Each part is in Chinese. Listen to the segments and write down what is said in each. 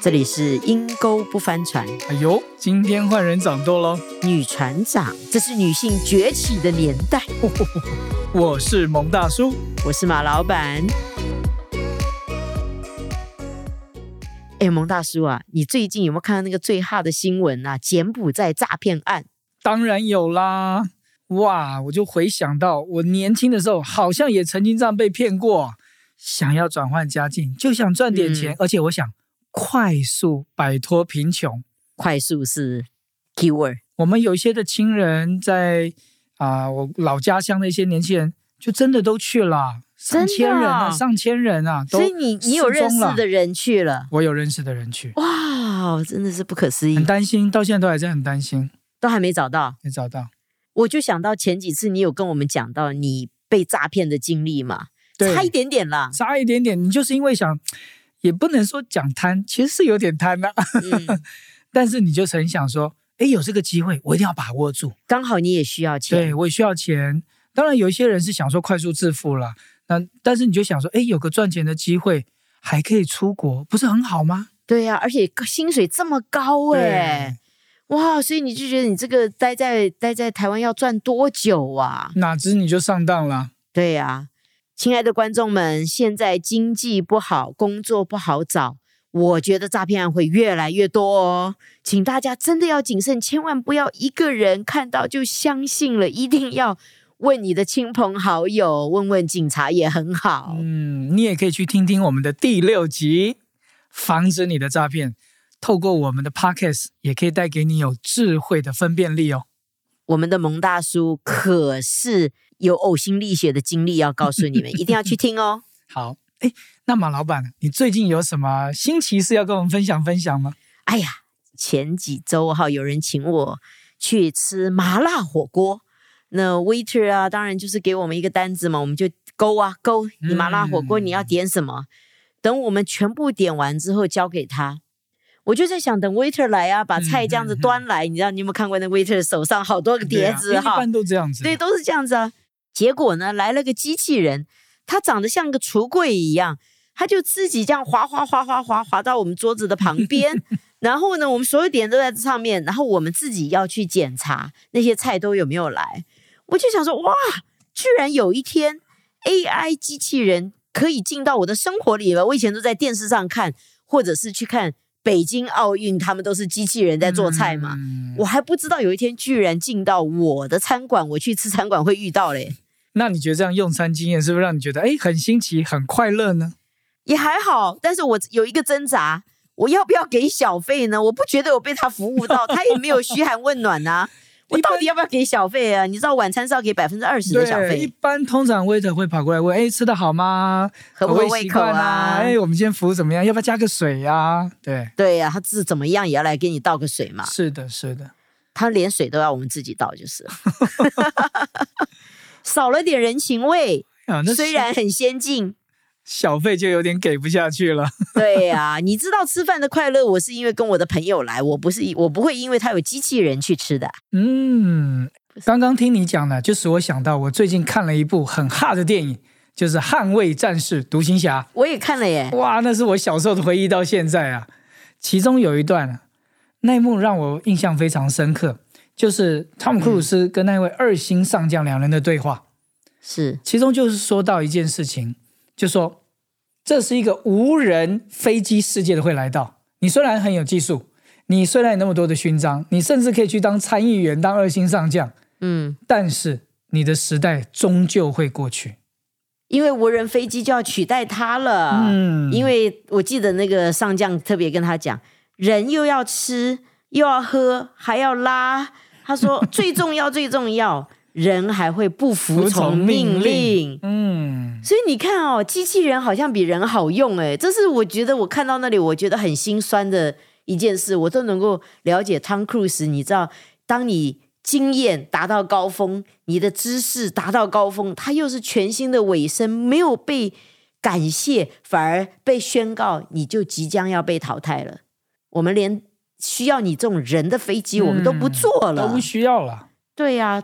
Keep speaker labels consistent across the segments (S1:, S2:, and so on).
S1: 这里是阴沟不翻船，
S2: 哎呦，今天换人长痘喽！
S1: 女船长，这是女性崛起的年代。
S2: 我是蒙大叔，
S1: 我是马老板。哎，蒙大叔啊，你最近有没有看到那个最哈的新闻啊？柬埔寨诈骗案。
S2: 当然有啦！哇，我就回想到我年轻的时候，好像也曾经这样被骗过。想要转换家境，就想赚点
S1: 嗯
S2: 钱，而且我想快速摆脱贫穷。
S1: 快速是 keyword，
S2: 我们有一些的亲人在啊、我老家乡的一些年轻人，就真的都去了，
S1: 真的
S2: 上千人啊，
S1: 啊
S2: 上千人啊，都
S1: 所以你你有
S2: 失踪
S1: 认识
S2: 了
S1: 的人去了，
S2: 我有认识的人去，
S1: 哇，真的是不可思
S2: 很
S1: 议，
S2: 担心，到现在都还在很担心
S1: 都还没找到。
S2: 没找到。
S1: 我就想到前几次你有跟我们讲到你被诈骗的经历嘛，
S2: 对。
S1: 差一点点啦
S2: 差一点点，你就是因为想，也不能说讲贪，其实是有点贪的、
S1: 嗯，
S2: 但是你就是很想说，哎，有这个机会，我一定要把握住。
S1: 刚好你也需要
S2: 对
S1: 钱，
S2: 我也需要钱。当然，有一些人是想说快速致富啦，那但是你就想说，哎，有个赚钱的机会，还可以出国，不是很好吗？
S1: 对呀、而且薪水这么高哎、哇，所以你就觉得你这个待在待在台湾要赚多久啊？
S2: 哪知你就上当了。
S1: 对呀、亲爱的观众们，现在经济不好，工作不好找，我觉得诈骗案会越来越多哦，请大家真的要谨慎，千万不要一个人看到就相信了，一定要问你的亲朋好友，问问警察也很好。
S2: 嗯，你也可以去听听我们的第六集，防止你的诈骗。透过我们的 podcast，也可以带给你有智慧的分辨力哦。
S1: 我们的蒙大叔可是有呕心沥血的经历要告诉你 们，一定要去听哦。
S2: 好，哎，那马老板，你最近有什么新奇事要跟我们分享分享吗？
S1: 哎呀，前几周哈，有人请我去吃麻辣火锅，那 waiter 啊，当然就是给我们一个单子嘛，我们就勾啊勾，你麻辣火锅
S2: 嗯
S1: 你要点什么？等我们全部点完之后交给他。我就在想，等 waiter 来啊，把菜这样子
S2: 嗯嗯嗯
S1: 端来。你知道，你有没有看过那 waiter 手上好多个碟
S2: 对
S1: 子
S2: 啊因为一
S1: 哈？
S2: 般都这样子。
S1: 对，，都是这样子啊。结果呢，来了个机器人，它长得像个橱柜一样，它就自己这样滑滑滑滑滑滑到我们桌子的 旁边。然后呢，我们所有点都在这上面，然后我们自己要去检查那些菜都有没有来。我就想说，哇，居然有一天 AI 机器人可以进到我的生活里了。我以前都在电视上看，或者是去看北京奥运，他们都是机器人在做菜嘛。
S2: 嗯
S1: 我还不知道有一天居然进到我的餐馆，我去吃餐馆会遇到嘞，
S2: 那你觉得这样用餐经验是不是让你觉得哎很新奇、很快乐呢？
S1: 也还好。但是我有一个挣扎，我要不要给小费呢？我不觉得我被他服务到，他也没有嘘寒问暖 呐、我
S2: 一般
S1: 到底要不要给小费啊？你知道晚餐是要给百分之二十的小
S2: 一
S1: 费，
S2: 般通常 waiter 会跑过来问，哎，吃的好吗？
S1: 合不合
S2: 口味
S1: 胃
S2: 习
S1: 口
S2: 惯
S1: 啊？
S2: 哎，我们今天服务怎么样？要不要加个水呀、对，
S1: 对啊呀、他自怎么样也要来给你倒个水嘛。
S2: 是的，是的，
S1: 他连水都要我们自己倒，就是了 少了点人情味。
S2: 啊， 那
S1: 虽然很先进，
S2: 小费就有点给不下去了。
S1: 对呀、你知道吃饭的快乐，我是因为跟我的朋友来，我不是我不会因为他有机器人去吃的。
S2: 嗯
S1: 不，是
S2: 刚刚听你讲了，就使我想到我最近看了一部很哈的电影，就是《捍卫战士：独行侠》。
S1: 我也看了耶，
S2: 哇，那是我小时候的回忆，到现在啊。其中有一段啊，那一幕让我印象非常深刻，就是汤姆·克鲁斯跟那位二星上将两人的对话。
S1: 是
S2: 其中就是说到一件事情，就说这是一个无人飞机世界的会来到。你虽然很有技术，你虽然有那么多的勋章，你甚至可以去当参议员、当二星上将，
S1: 嗯，
S2: 但是你的时代终究会过去。
S1: 因为无人飞机就要取代他了。
S2: 嗯
S1: 啊因为我记得那个上将特别跟他讲，人又要吃又要喝还要拉，他说最重要最重要，人还会不服
S2: 服
S1: 从
S2: 从
S1: 命
S2: 命
S1: 令。
S2: 嗯，
S1: 所以你看哦，机器人好像比人好用诶，这是我觉得我看到那里我觉得很心酸的一件事，我都能够了解 Tom Cruise。你知道，当你经验达到高峰，你的知识达到高峰，它又是全新的尾声，没有被感谢，反而被宣告你就即将要被淘汰了。我们连需要你这种人的飞机，我们都不做
S2: 都
S1: 了。
S2: 不需要了。
S1: 对呀、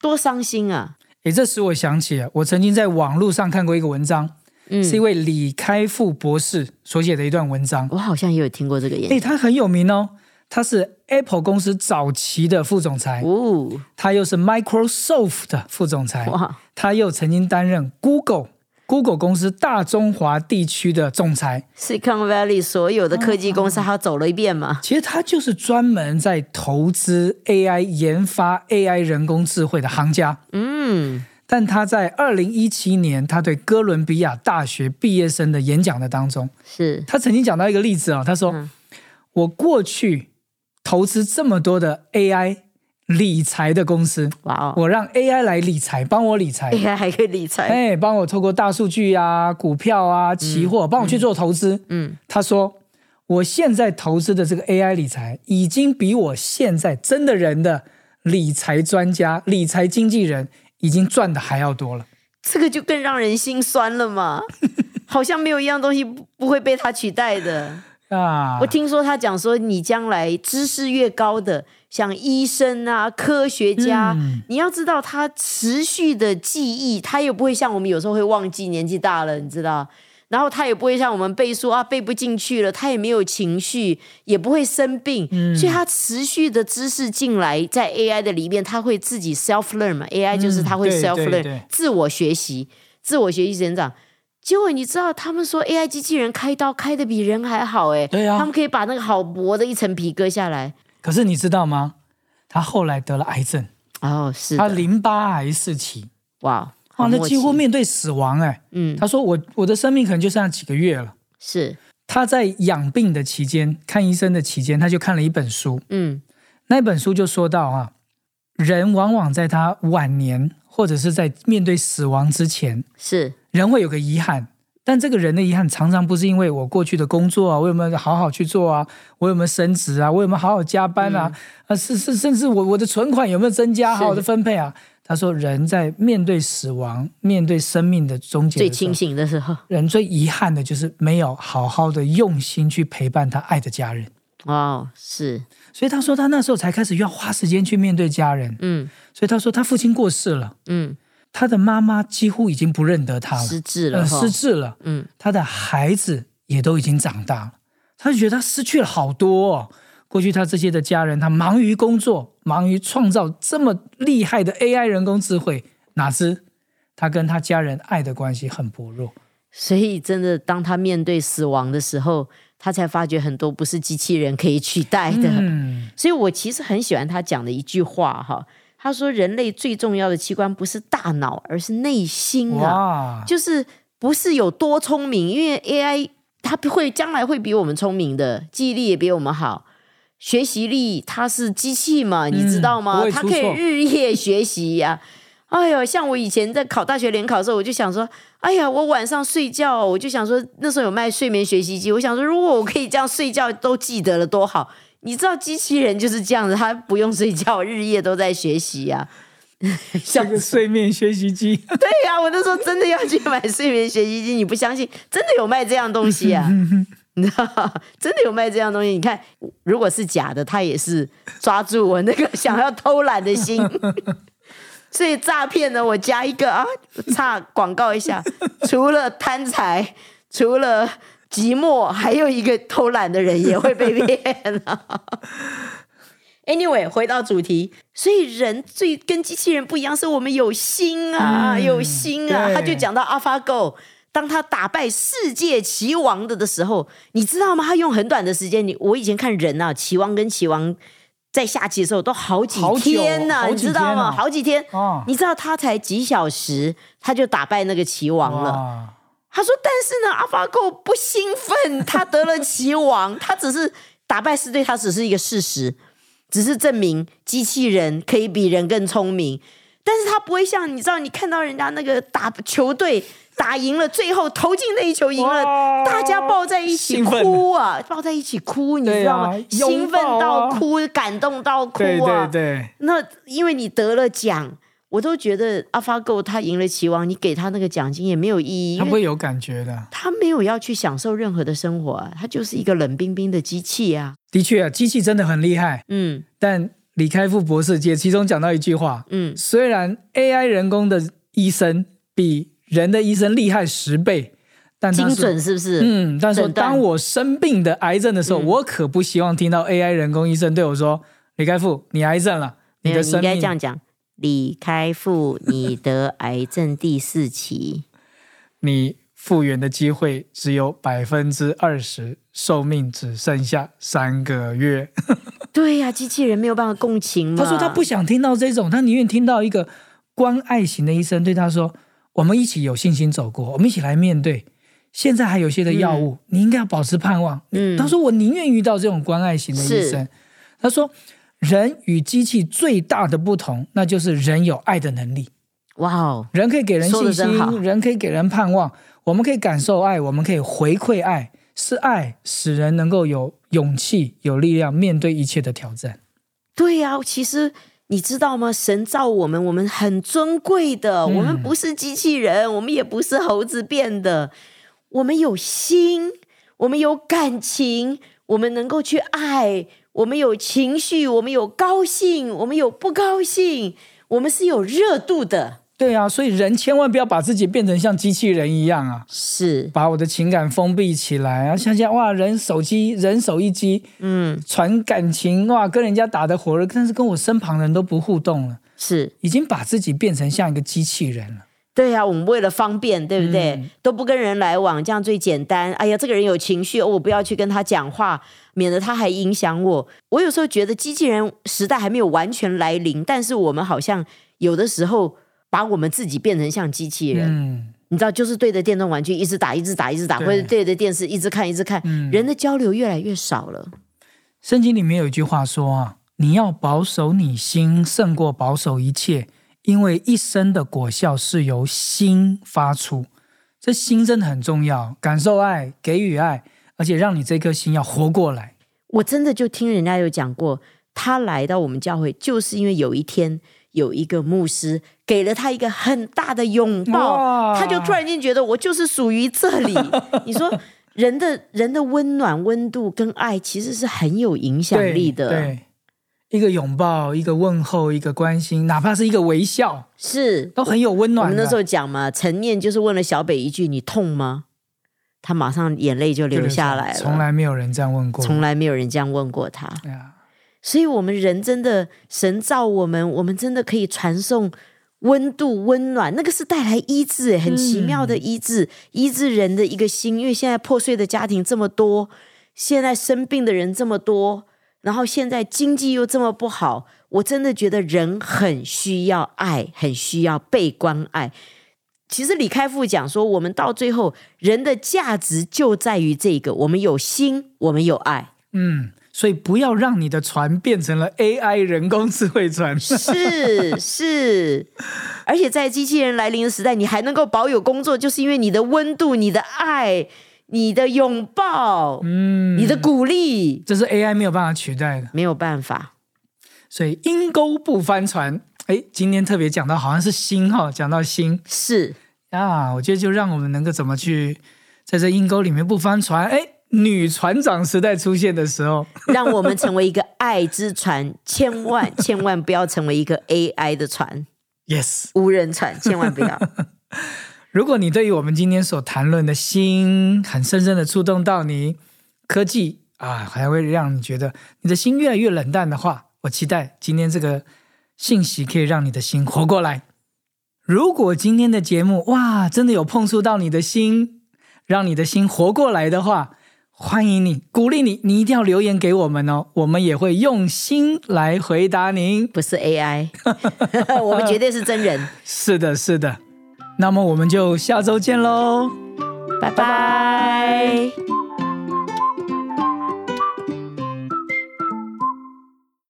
S1: 多伤心啊！
S2: 啊诶，这使我想起我曾经在网络上看过一个文章，
S1: 嗯
S2: 是一位李开复博士所写的一段文章。
S1: 我好像也有听过这个演
S2: 哎，
S1: 讲。
S2: 他很有名哦，他是 Apple 公司早期的副总裁，
S1: 哦，
S2: 他又是 Microsoft 的副总裁，
S1: 哇，
S2: 他又曾经担任 Google Google 公司大中华地区的总裁。
S1: Silicon Valley 所有的科技公司，他走了一遍嘛？
S2: 其实他就是专门在投资 AI 研发 AI 人工智慧的行家。
S1: 嗯，
S2: 但他在二零一七年，他对哥伦比亚大学毕业生的演讲的当中，
S1: 嗯是，
S2: 他曾经讲到一个例子啊、他说：“
S1: 嗯
S2: 我过去投资这么多的 AI 理财的公司，
S1: 哇哦
S2: 我让 AI 来理财，帮我理财，
S1: ，AI 还可以理财，
S2: 哎，帮我透过大数据啊、股票啊、期货，帮我去做投资。
S1: 嗯，
S2: 他说：“我现在投资的这个 AI 理财，已经比我现在真的人的理财专家、理财经纪人已经赚的还要多了。”
S1: 这个就更让人心酸了 嘛。好像没有一样东西不不会被他取代的。
S2: 啊
S1: 我，听说他讲说，你将来知识越高的，像医生啊、科学家，
S2: 嗯
S1: 你要知道他持续的记忆，他也不会像我们有时候会忘记，年纪大了，你知道。然后他也不会像我们背书啊，背不进去了，他也没有情绪，也不会生病，
S2: 嗯
S1: 所以他持续的知识进来，在 AI 的里面，他会自己 self learn 嘛，AI 就是他会
S2: 嗯对
S1: self
S2: 对
S1: learn，、
S2: 对
S1: 自我学习，自我学习成长。结果你知道，他们说 AI 机器人开刀开的比人还好哎、
S2: 对啊
S1: 他们可以把那个好薄的一层皮割下来。
S2: 可是你知道吗？他后来得了癌症，
S1: 哦，是
S2: 他
S1: 的，
S2: 淋巴癌四期，
S1: 哇，
S2: 哇，
S1: 好
S2: 那
S1: 默
S2: 几乎
S1: 契
S2: 面对死亡哎、
S1: 嗯
S2: 他说我我的生命可能就剩下几个月了。
S1: 是
S2: 他在养病的期间，看医生的期间，他就看了一本书，
S1: 嗯
S2: 那本书就说到啊，人往往在他晚年或者是在面对死亡之前，
S1: 是
S2: 人会有个遗憾，但这个人的遗憾常常不是因为我过去的工作啊，我有没有好好去做啊，我有没有升职啊，我有没有好好加班啊，啊，是是，甚至我我的存款有没有增加，
S1: 嗯是
S2: 好好的分配啊。他说，人在面对死亡、面对生命的终结的时候，
S1: 最清醒的时候
S2: 人最遗憾的就是没有好好的用心去陪伴他爱的家人。
S1: 哦，是
S2: 所以他说，他那时候才开始要花时间去面对家人。
S1: 嗯
S2: 所以他说，他父亲过世了，
S1: 嗯，
S2: 他的妈妈几乎已经不认得他了，
S1: 失智
S2: 呃
S1: 了哈
S2: 失，智了。
S1: 嗯
S2: 他的孩子也都已经长大了，他就觉得他失去了好多、哦。过去他这些的家人，他忙于工作，忙于创造这么厉害的 AI 人工智慧，哪知他跟他家人爱的关系很薄弱。
S1: 所以真的，当他面对死亡的时候，他才发觉很多不是机器人可以取代的。
S2: 嗯，
S1: 所以我其实很喜欢他讲的一句话哈，他说人类最重要的器官不是大脑，而是内心啊，
S2: 哇，
S1: 就是不是有多聪明，因为 AI 它会将来会比我们聪明的，记忆力也比我们好。学习力它是机器嘛，你知道吗
S2: 嗯不？会
S1: 它
S2: 出
S1: 可以
S2: 错
S1: 日夜学习呀、 哎呦，像我以前在考大学联考的时候，我就想说，哎呀，我晚上睡觉，我就想说，那时候有卖睡眠学习机，我想说，如果我可以这样睡觉都记得了，多好！你知道机器人就是这样子，他不用睡觉，日夜都在学习呀、
S2: 像个睡眠学习 机。
S1: 对呀、我那时候真的要去买睡眠学习机，你不相信？真的有卖这样东西啊？你知道， 真的有卖这样东西。你看，如果是假的，他也是抓住我那个想要偷懒的心。 所以诈骗呢，我加一个啊，差广告一下。 除了贪财，除了寂寞，还有一个偷懒的人也会被骗 啊。Anyway，回到主题，所以人最跟机器人不一样，是我们有心啊，
S2: 嗯
S1: 有心啊。
S2: 对
S1: 他就讲到 AlphaGo，当他打败世界棋王的的时候，你知道吗？他用很短的时间，你我以前看人啊，棋王跟棋王在下棋的时候都好几
S2: 好久
S1: 天呐、
S2: 好
S1: 你
S2: 几
S1: 知道
S2: 天
S1: 吗？
S2: 哦
S1: 好几天，
S2: 哦，
S1: 你知道他才几小时，他就打败那个棋王了。
S2: 哇
S1: 他说：“但是呢，阿法狗不兴奋，他得了棋王，他只是打败是对他只是一个事实，只是证明机器人可以比人更聪明。但是他不会像你知道，你看到人家那个打球队打赢了，最后投进那一球赢了，
S2: 哇
S1: 大家抱在一起
S2: 兴奋
S1: 哭啊，抱在一起哭，你知道吗？
S2: 对啊
S1: 兴奋到
S2: 拥抱啊
S1: 哭，感动到哭啊！
S2: 对对对，
S1: 那因为你得了奖，我都觉得 AlphaGo 他赢了棋王，你给他那个奖金也没有意义，
S2: 他
S1: 因
S2: 不
S1: 为
S2: 会有感觉的。
S1: 他没有要去享受任何的生活、啊，他就是一个冷冰冰的机器啊。
S2: 的确啊，机器真的很厉害，
S1: 嗯
S2: 但李开复博士也其中讲到一句话，
S1: 嗯，
S2: 虽然 AI 人工的医生比人的医生厉害十倍，但他
S1: 精
S2: 说
S1: 准是不是？
S2: 嗯，但是
S1: 诊断
S2: 当我生病的癌症的时候，
S1: 嗯
S2: 我可不希望听到 AI 人工医生对我说：“李开复，你癌症了，
S1: 没
S2: 你
S1: 有，你
S2: 的
S1: 应
S2: 生命
S1: 该这样讲。李开复，你得癌症第四 期，
S2: 你复原的机会只有百分之二十，寿命只剩下三个月。
S1: 对呀、机器人没有办法共情”嘛。
S2: 他说他不想听到这种，他宁愿听到一个关爱型的医生对他说：“我们一起有信心走过，我们一起来面对。现在还有些的药物，你应该要保持盼望。”
S1: 嗯
S2: 他说：“我宁愿遇到这种关爱型的医生。”他说：“人与机器最大的不同，那就是人有爱的能力。”
S1: 哇哦，
S2: 人可以给人
S1: 说得
S2: 信
S1: 真好
S2: 心，人可以给人盼望，我们可以感受爱，我们可以回馈爱，是爱使人能够有勇气、有力量面对一切的挑战。
S1: 对呀、其实你知道吗？神造我们，我们很尊贵的，我们不是机器人，我们也不是猴子变的，我们有心，我们有感情，我们能够去爱，我们有情绪，我们有高兴，我们有不高兴，我们是有热度的，
S2: 对啊，所以人千万不要把自己变成像机器人一样啊，
S1: 是，
S2: 把我的情感封闭起来啊！想想哇，人手机人手一机
S1: 嗯，
S2: 传感情哇，跟人家打得火热，但是跟我身旁人都不互动了，
S1: 是。
S2: 已经把自己变成像一个机器人了。
S1: 对呀、我们为了方便，对不
S2: 嗯
S1: 对？都不跟人来往，这样最简单。哎呀，这个人有情绪，哦我不要去跟他讲话，免得他还影响我。我有时候觉得机器人时代还没有完全来临，但是我们好像有的时候把我们自己变成像机器人，
S2: 嗯，
S1: 你知道，就是对着电动玩具一直打，一直打，一直打，或
S2: 对
S1: 者对着电视一直看，一直看，
S2: 嗯
S1: 人的交流越来越少了。
S2: 圣经里面有一句话说啊，你要保守你心，胜过保守一切，因为一生的果效是由心发出。这心真的很重要，感受爱，给予爱，而且让你这颗心要活过来。
S1: 我真的就听人家有讲过，他来到我们教会，就是因为有一天有一个牧师给了他一个很大的拥抱，
S2: 哇
S1: 他就突然间觉得我就是属于这里。你 说人的人的温暖、温度跟爱其实是很有影响力
S2: 对
S1: 的，
S2: 对，一个拥抱，一个问候，一个关心，哪怕是一个微笑，
S1: 是。
S2: 都很有
S1: 我
S2: 温暖
S1: 们那
S2: 的。
S1: 时候讲嘛，陈念就是问了小北一句：“你痛吗？”他马上眼泪就流下来了。
S2: 从来没有人这样问过。
S1: 从来没有人这样问过他。
S2: 对啊，
S1: 所以，我们人真的神造我们，我们真的可以传送温度、温暖，那个是带来医治，诶很奇妙的医治，医治人的一个心。因为现在破碎的家庭这么多，现在生病的人这么多，然后现在经济又这么不好，我真的觉得人很需要爱，很需要被关爱。其实李开复讲说，我们到最后，人的价值就在于这个：我们有心，我们有爱。
S2: 嗯，所以不要让你的船变成了 AI 人工智慧船。
S1: 是是，而且在机器人来临的时代，你还能够保有工作，就是因为你的温度、你的爱、你的拥抱、
S2: 嗯，
S1: 你的鼓励，
S2: 这是 AI 没有办法取代的，
S1: 没有办法。
S2: 所以阴沟不翻船。哎，今天特别讲到好像是心哈、讲到心
S1: 是
S2: 啊，我觉得就让我们能够怎么去在这阴沟里面不翻船。哎，女船长时代出现的时候，
S1: 让我们成为一个爱之船，千万千万不要成为一个 AI 的船、
S2: yes，
S1: 无人船，千万不要。
S2: 如果你对于我们今天所谈论的心很深深的触动到你，科技啊，还会让你觉得你的心越来越冷淡的话，我期待今天这个信息可以让你的心活过来。如果今天的节目哇，真的有碰触到你的心，让你的心活过来的话，欢迎你，鼓励你，你一定要留言给我们哦，我们也会用心来回答您。
S1: 不是 AI，我们绝对是真人。
S2: 是的，是的，那么我们就下周见喽。
S1: 拜拜。